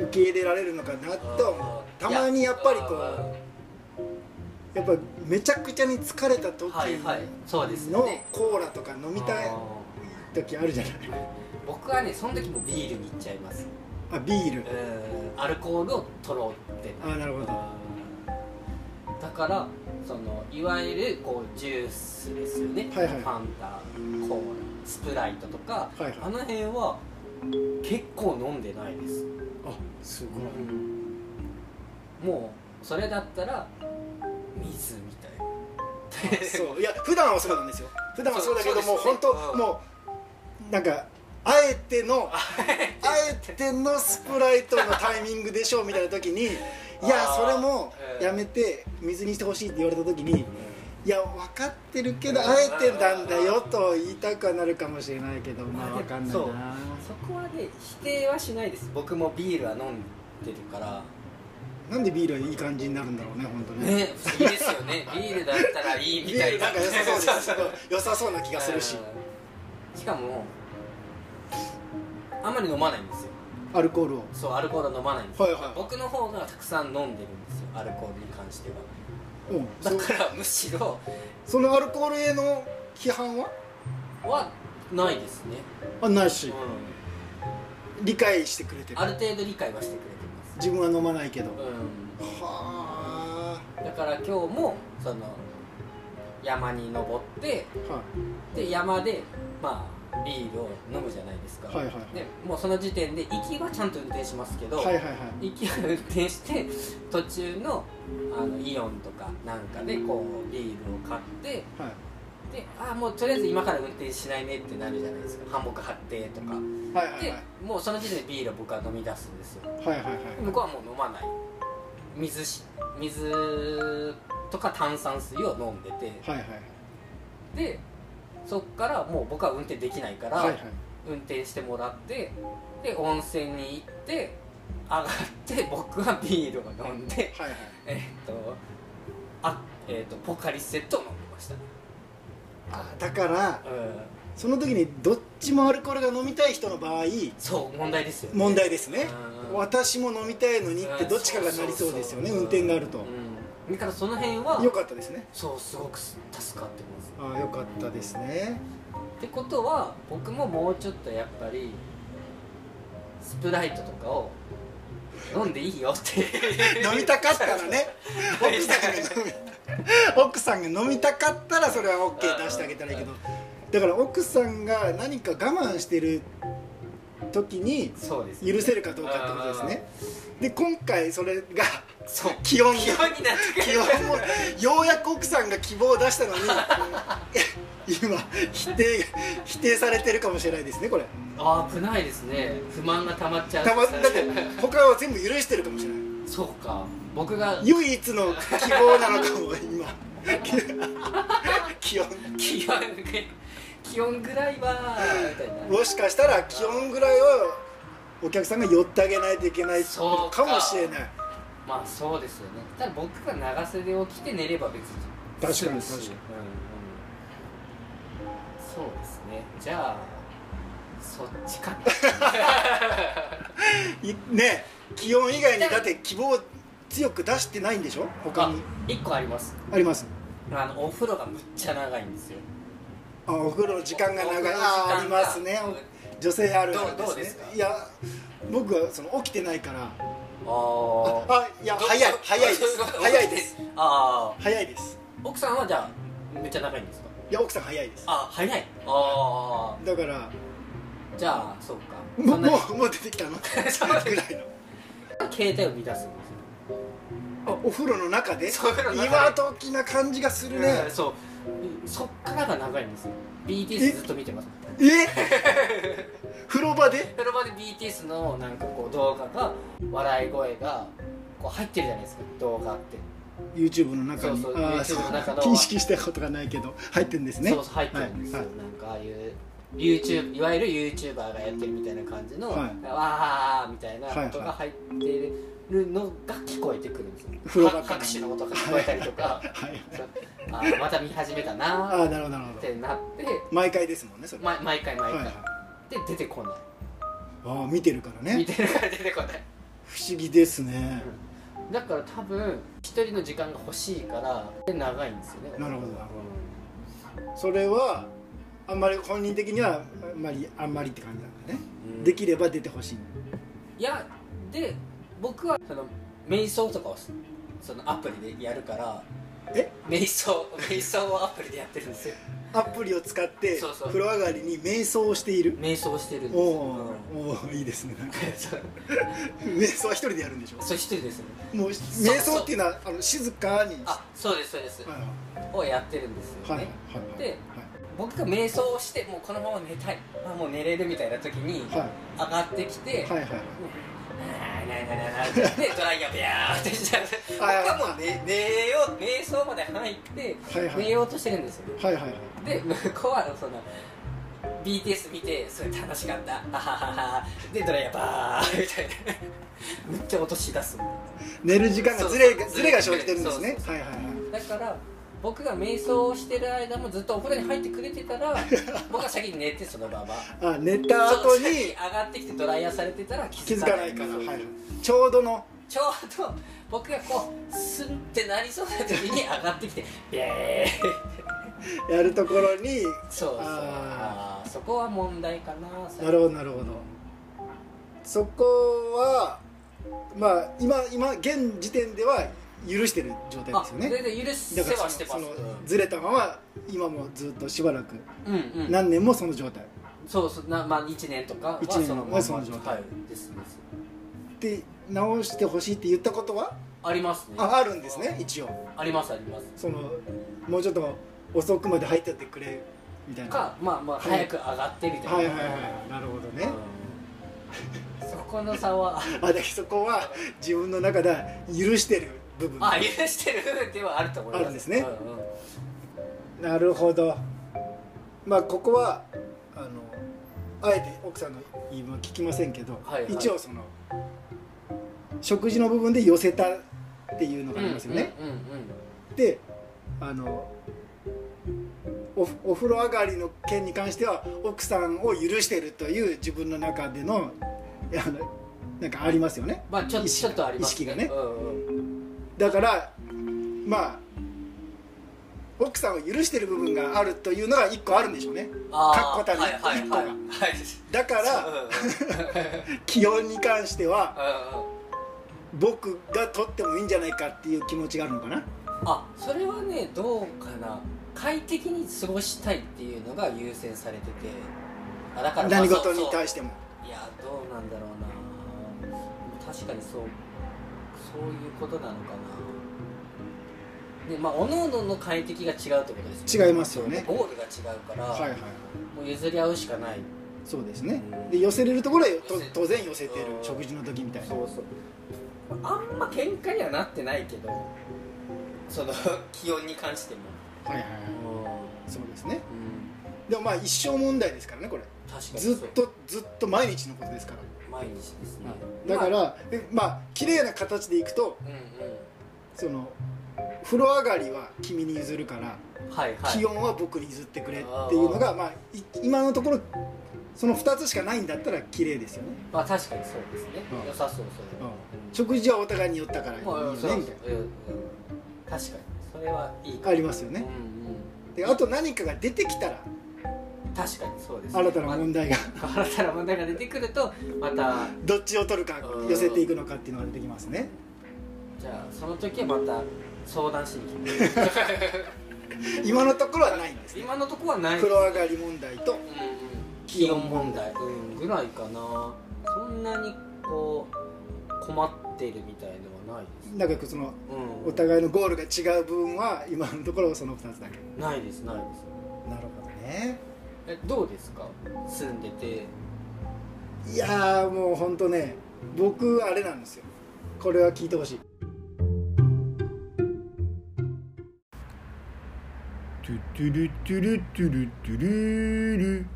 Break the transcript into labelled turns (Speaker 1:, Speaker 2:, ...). Speaker 1: 受け入れられるのかなとは思うたまにやっぱりこうやっぱめちゃくちゃに疲れた時
Speaker 2: はいはいそうですよ
Speaker 1: の
Speaker 2: ね
Speaker 1: コーラとか飲みたい
Speaker 2: あー
Speaker 1: 時あるじゃない
Speaker 2: 僕はねその時もビールに行っちゃいます
Speaker 1: あビール
Speaker 2: うんアルコールを取ろうって
Speaker 1: あなるほど
Speaker 2: だからそのいわゆるこうジュースですよね、
Speaker 1: はいはい
Speaker 2: ファンタコーラスプライトとか、
Speaker 1: いはい
Speaker 2: あの辺は結構飲んでないです、
Speaker 1: あすごい
Speaker 2: もうそれだったら水みたいな
Speaker 1: あそういや普段はそうなんですよ普段はそうだけど
Speaker 2: そ
Speaker 1: も
Speaker 2: う
Speaker 1: う
Speaker 2: そ
Speaker 1: 本
Speaker 2: うですよね
Speaker 1: 当
Speaker 2: うん
Speaker 1: もうなんかあえてのあえてのスプライトのタイミングでしょうみたいな時にいや
Speaker 2: あー
Speaker 1: それも
Speaker 2: うん
Speaker 1: やめて水にしてほしいって言われた時にいや分かってるけどあえてなんだよと言いたくはなるかもしれないけどまあ分かんない
Speaker 2: そう
Speaker 1: な
Speaker 2: そこはね否定はしないです僕もビールは飲んでるから
Speaker 1: なんでビールはいい感じになるんだろうね本当ね
Speaker 2: ね不思議ですよ ねビールだったらいいみ
Speaker 1: ビ
Speaker 2: た
Speaker 1: ー
Speaker 2: い
Speaker 1: ルな
Speaker 2: なん
Speaker 1: か良さそうです良さそうな気がするし
Speaker 2: うんしかもあんまり飲まないんですよ
Speaker 1: アルコールを
Speaker 2: そうアルコールは飲まないんですよ、
Speaker 1: はいはい
Speaker 2: 僕の方がたくさん飲んでるんですよアルコールに関しては
Speaker 1: うん
Speaker 2: だ
Speaker 1: そ
Speaker 2: からむしろ
Speaker 1: そのアルコールへの批判は
Speaker 2: はないですね、
Speaker 1: あないし
Speaker 2: う
Speaker 1: 理解してくれて
Speaker 2: ん、
Speaker 1: る
Speaker 2: ある程度理解はしてくれて
Speaker 1: 自分は飲まないけどは
Speaker 2: ます、う
Speaker 1: あ
Speaker 2: ん、だから今日もその山に登って
Speaker 1: は
Speaker 2: で山でまあビールを飲むじゃないですか、
Speaker 1: はいはいはい
Speaker 2: でもうその時点で行きはちゃんと運転しますけ
Speaker 1: い
Speaker 2: ど、
Speaker 1: はいはいはい
Speaker 2: 行きは運転して途中のあのイオンとかなんかでこうビールを買って
Speaker 1: はい
Speaker 2: であーもうとりあえず今から運転しないねってなるじゃないですかハンモック張ってとか
Speaker 1: はいはい
Speaker 2: でもうその時点でビールを僕は飲み出すんですよ
Speaker 1: はいはいはい
Speaker 2: 向こうはもう飲まない水し水とか炭酸水を飲んでて
Speaker 1: はいはい
Speaker 2: でそっからもう僕は運転できないから、
Speaker 1: はいはい
Speaker 2: 運転してもらってで温泉に行って上がって 僕はビールを飲んで
Speaker 1: はいはい
Speaker 2: えっとあえっとポカリセットを飲みました
Speaker 1: あだから
Speaker 2: うん
Speaker 1: その時にどっちもアルコールが飲みたい人の場合
Speaker 2: そう問題ですよね
Speaker 1: 問題ですね
Speaker 2: うん
Speaker 1: 私も飲みたいのにってどっちかがなりそうですよね運転があると
Speaker 2: うんだからその辺は
Speaker 1: よかったですね
Speaker 2: そうすごく助かってます
Speaker 1: ああよかったですね
Speaker 2: ってことは僕ももうちょっとやっぱりスプライトとかを飲んでいいよって
Speaker 1: 飲みたかったらね奥さん が飲み奥さんが飲みたかったらそれは OK 出してあげたらいいけどだから奥さんが何か我慢してる時に
Speaker 2: そうです
Speaker 1: 許せるかどうかってことですねで今回それが
Speaker 2: そう
Speaker 1: 気温が
Speaker 2: 気温になってく
Speaker 1: 気温もようやく奥さんが希望を出したのに 今否定否定されてるかもしれないですねこれ
Speaker 2: あー危ないですね不満が溜まっちゃう
Speaker 1: たまだって他は全部許してるかもしれない
Speaker 2: そうか僕が
Speaker 1: 唯一の希望なのかも今 気温
Speaker 2: 気温気温ぐらいはみたいな
Speaker 1: もしかしたら気温ぐらいはお客さんが寄ってあげないといけない
Speaker 2: そうか
Speaker 1: かもしれない
Speaker 2: まあそうですよねただ僕が長袖を着て寝れば別に
Speaker 1: 確かに
Speaker 2: 済むし
Speaker 1: 確
Speaker 2: うんうん、そうですねじゃあそっちか
Speaker 1: いね気温以外にだって希望を強く出してないんでしょ他
Speaker 2: あ
Speaker 1: に
Speaker 2: 一個あります
Speaker 1: あります
Speaker 2: あのお風呂がむっちゃ長いんですよ
Speaker 1: あお風呂の時間が長
Speaker 2: お
Speaker 1: い
Speaker 2: 風呂の時間
Speaker 1: あ
Speaker 2: が
Speaker 1: ありますね女性あるある
Speaker 2: どうどう
Speaker 1: で
Speaker 2: ですす
Speaker 1: ね
Speaker 2: か
Speaker 1: いや僕はその起きてないからあ
Speaker 2: あー
Speaker 1: あいや早い早い です早いです
Speaker 2: ああ
Speaker 1: 早いです
Speaker 2: 奥さんはじゃあめっちゃ長いんですか
Speaker 1: いや奥さん早いです
Speaker 2: あ早いあ
Speaker 1: だから
Speaker 2: あじゃあそうか
Speaker 1: も
Speaker 2: そ
Speaker 1: うん
Speaker 2: な
Speaker 1: も
Speaker 2: に
Speaker 1: うもう出てき たのぐらいの
Speaker 2: 携帯を乱すんですよ
Speaker 1: あお風呂の中で
Speaker 2: そうお風呂の中
Speaker 1: 今
Speaker 2: で
Speaker 1: 時な感じがするね
Speaker 2: うんそうそっからが長いんですよ BTS ずっと見てます
Speaker 1: え 風呂場で
Speaker 2: その場で BTS のなんかこう動画が笑い声がこう入ってるじゃないですか動画って、
Speaker 1: YouTube の中に
Speaker 2: そうそう
Speaker 1: あー
Speaker 2: YouTube の中の
Speaker 1: そう認識したことがないけど入ってんですね
Speaker 2: そうそう入ってるんですよ、
Speaker 1: はいは
Speaker 2: なんかああいう YouTube いわゆる YouTuber がやってるみたいな感じの、
Speaker 1: はい
Speaker 2: わーみたいな音が入ってるのが聞こえてくるんですよ、
Speaker 1: 風呂場から
Speaker 2: 各種の音が聞こえたりとか
Speaker 1: はい
Speaker 2: そう あーまた見始めたな
Speaker 1: あ
Speaker 2: ー
Speaker 1: あなるほどなる
Speaker 2: っ
Speaker 1: ほど
Speaker 2: てなって
Speaker 1: 毎回ですもんねそれ、
Speaker 2: ま、毎回毎
Speaker 1: はい
Speaker 2: 回、
Speaker 1: はい、
Speaker 2: で出てこない
Speaker 1: ああ見てるから
Speaker 2: 見
Speaker 1: ね
Speaker 2: てるから出てこない
Speaker 1: 不思議ですね
Speaker 2: だから多分一人の時間が欲しいからで長いんですよね
Speaker 1: なるほどなるそれはあんまり本人的にはあんまりあんまりって感じなんだね、
Speaker 2: うん
Speaker 1: できれば出てほしい
Speaker 2: いやで僕はその瞑想とかをすそのアプリでやるから
Speaker 1: え
Speaker 2: 瞑想瞑想をアプリでやってるんですよ
Speaker 1: アプリを使って
Speaker 2: そうそう
Speaker 1: 風呂上がりに瞑想をしている
Speaker 2: 瞑想してるん です
Speaker 1: お
Speaker 2: よ
Speaker 1: おーおーいいですねなんか
Speaker 2: うんそう
Speaker 1: 瞑想は一人でやるんでしょ
Speaker 2: そう一人ですね
Speaker 1: もう瞑想っていうのはあの静かに
Speaker 2: あそうですそうです、
Speaker 1: はい
Speaker 2: をやってるんですよね、
Speaker 1: はいはいはい
Speaker 2: で僕が瞑想をしてもうこのまま寝たいあもう寝れるみたいな時に
Speaker 1: はい
Speaker 2: 上がってきて、
Speaker 1: はいはいはい
Speaker 2: あーないないないないでドライヤービャーってしちゃう僕
Speaker 1: はい
Speaker 2: はもう寝寝よう瞑想まで入って
Speaker 1: はいはい
Speaker 2: 寝ようとしてるんですよ
Speaker 1: はいはいはい
Speaker 2: で向こうはその BTS 見てそれ楽しかったあはははでドライヤーバーみたいなめっちゃ落とし出す
Speaker 1: 寝る時間がずれ
Speaker 2: そうそう
Speaker 1: ずれが生じてるんですね
Speaker 2: そう
Speaker 1: はいはいはい
Speaker 2: だから僕が瞑想をしてる間もずっとお風呂に入ってくれてたら僕は先に寝てそのまま
Speaker 1: あ寝た後
Speaker 2: そう先
Speaker 1: に
Speaker 2: 上がってきてドライヤーされてたら気
Speaker 1: 気
Speaker 2: づ
Speaker 1: づ
Speaker 2: か
Speaker 1: か
Speaker 2: な
Speaker 1: ないいか、
Speaker 2: からら、
Speaker 1: はい、ちょうどの
Speaker 2: ちょうど僕がこうスンってなりそうな時に上がってきて「イエーイ!
Speaker 1: やるところに」
Speaker 2: そうそう
Speaker 1: あ
Speaker 2: あーそこは問題かな
Speaker 1: なるほどなるほどそこはまあ今今現時点では許してる状態
Speaker 2: あ
Speaker 1: ですよね
Speaker 2: 全然許せ
Speaker 1: そ
Speaker 2: は
Speaker 1: の
Speaker 2: してま
Speaker 1: そ
Speaker 2: す
Speaker 1: のずれたまま今もずっとしばらく
Speaker 2: うんうん
Speaker 1: 何年もその状態
Speaker 2: そうそうなまあ1年とかは
Speaker 1: 一年
Speaker 2: そのま
Speaker 1: は
Speaker 2: ま
Speaker 1: その状態
Speaker 2: はいですです
Speaker 1: で直してほしいって言ったことは
Speaker 2: ありますね
Speaker 1: ああるんですね一応
Speaker 2: ありますあります
Speaker 1: そのもうちょっと遅くまで入ってってくれみたいなは
Speaker 2: かまあまあ
Speaker 1: はい
Speaker 2: 早く上がってみた
Speaker 1: い
Speaker 2: いな
Speaker 1: はいはいなるほどね
Speaker 2: うんそこの差は
Speaker 1: あだからそこは自分の中では許してる部分
Speaker 2: あ許してる部分ではあると思います
Speaker 1: あるんですね
Speaker 2: うんうん
Speaker 1: なるほどまあここはあのあえて奥さんの言い分は聞きませんけど、
Speaker 2: はいはい
Speaker 1: 一応その食事の部分で寄せたっていうのがありますよね、
Speaker 2: うんうんうんうん
Speaker 1: であのおお風呂上がりの件に関しては奥さんを許してるという自分の中でのあのなんかありますよね
Speaker 2: まあちょ
Speaker 1: 意
Speaker 2: ち
Speaker 1: 識
Speaker 2: ょっとあります
Speaker 1: 意識がね
Speaker 2: うんうん
Speaker 1: だからまあ奥さんを許してる部分があるというのが一個あるんでしょうね
Speaker 2: あー
Speaker 1: 確固たる
Speaker 2: はいはいはい はい
Speaker 1: だから気温に関しては
Speaker 2: うんうん
Speaker 1: 僕が取ってもいいんじゃないかっていう気持ちがあるのかな
Speaker 2: あそれはねどうかな快適に過ごしたいっていうのが優先されててあだからまあ
Speaker 1: 何事に
Speaker 2: そうそう
Speaker 1: 対しても
Speaker 2: いやどうなんだろうな確かにそうそういうことなのかなでまあおののの快適が違うってことです
Speaker 1: 違いますよね
Speaker 2: ゴールが違うから、
Speaker 1: はいはい
Speaker 2: もう譲り合うしかない
Speaker 1: そうですね
Speaker 2: うん
Speaker 1: で寄せれるところはと
Speaker 2: 寄せ
Speaker 1: 当然寄せてる
Speaker 2: うん
Speaker 1: 食事の時みたいな
Speaker 2: うそうあんま喧嘩にはなってないけどその 気温に関しても
Speaker 1: はいはいはいそうですね
Speaker 2: うん
Speaker 1: でもまあ一生問題ですからねこれ
Speaker 2: 確かに
Speaker 1: ずっとずっと毎日のことですから
Speaker 2: 毎日ですね
Speaker 1: だからでまあ綺麗な形でいくと
Speaker 2: うんう
Speaker 1: その風呂上がりは君に譲るから
Speaker 2: んはいはい
Speaker 1: 気温は僕に譲ってくれっていうのがまあい今のところその2つしかないんだったら綺麗ですよね
Speaker 2: まあ確かにそうですね、
Speaker 1: うん
Speaker 2: 良さそう
Speaker 1: うん
Speaker 2: それ
Speaker 1: 食事はお互いに寄ったからいい
Speaker 2: は、
Speaker 1: よ
Speaker 2: うん
Speaker 1: ねみ
Speaker 2: そ
Speaker 1: たい
Speaker 2: うそううんうん確かにそれはいい
Speaker 1: な
Speaker 2: か
Speaker 1: あ
Speaker 2: も
Speaker 1: りますよね
Speaker 2: うん
Speaker 1: であと何かが出てきたら
Speaker 2: うん、確かにそうです、
Speaker 1: 新たな問題が
Speaker 2: まあ新たな問題が出てくるとまた
Speaker 1: どっちを取るか
Speaker 2: うん
Speaker 1: 寄せていくのかっていうのが出てきますね
Speaker 2: じゃあその時はまた相談しに来て
Speaker 1: 今のところはないんですね
Speaker 2: 今のところはない
Speaker 1: 風呂上がり問題と
Speaker 2: うんうん、気温問題、うん、ぐらいかなそんなにこう困ってるみたいのはないです、
Speaker 1: なんかその
Speaker 2: うん、
Speaker 1: お互いのゴールが違う部分は今のところその2つだけ
Speaker 2: ないですないです
Speaker 1: なるほどね
Speaker 2: えどうですか住んでて
Speaker 1: いやーもうほんとね僕あれなんですよこれは聞いてほしい
Speaker 3: トゥトゥルトゥルトゥルトゥルル